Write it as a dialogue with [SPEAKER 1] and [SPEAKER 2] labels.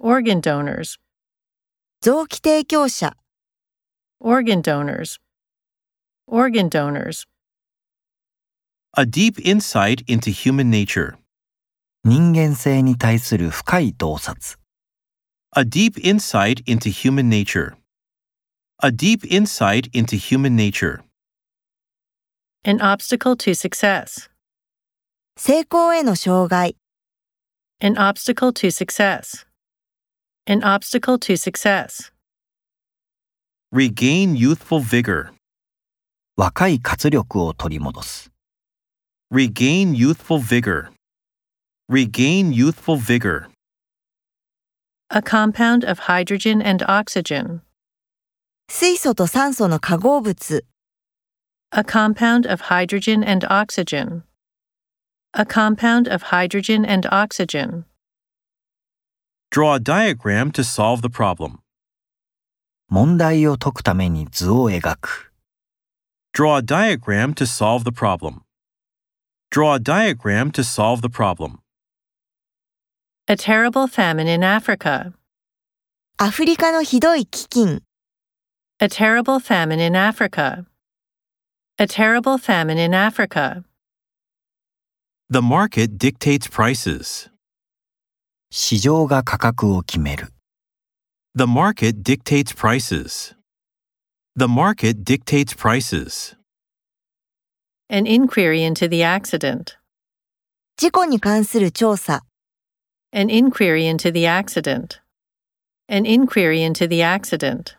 [SPEAKER 1] organ donors,
[SPEAKER 2] 臓器提供者、
[SPEAKER 1] organ donors, organ donors,
[SPEAKER 3] A deep insight into human nature.
[SPEAKER 4] 人間性に対する深い洞察
[SPEAKER 3] A deep insight into human nature. A deep insight into human nature.
[SPEAKER 1] an obstacle to success,
[SPEAKER 2] 成功への障害、
[SPEAKER 1] an obstacle to success, an obstacle to success,
[SPEAKER 3] Regain youthful vigor.
[SPEAKER 4] 若い活力を取り戻す
[SPEAKER 3] Regain youthful vigor. Regain youthful vigor.
[SPEAKER 1] a compound of hydrogen and oxygen,
[SPEAKER 2] 水素と酸素の化合物、
[SPEAKER 1] a compound of hydrogen and oxygen, a compound of hydrogen and oxygen,
[SPEAKER 3] Draw a diagram to solve the problem.
[SPEAKER 4] 問題を解くために図を描く
[SPEAKER 3] Draw a diagram to solve the problem. Draw a diagram to solve the problem.
[SPEAKER 1] a terrible famine in Africa,
[SPEAKER 2] アフリカのひどい飢饉、
[SPEAKER 1] a terrible famine in Africa, a terrible famine in Africa.
[SPEAKER 3] The market dictates prices.
[SPEAKER 4] 市場が価格を決める
[SPEAKER 3] The market dictates prices. The market dictates prices.
[SPEAKER 1] An inquiry into the accident.
[SPEAKER 2] 事故に関する調査、
[SPEAKER 1] An inquiry into the accident. An inquiry into the accident.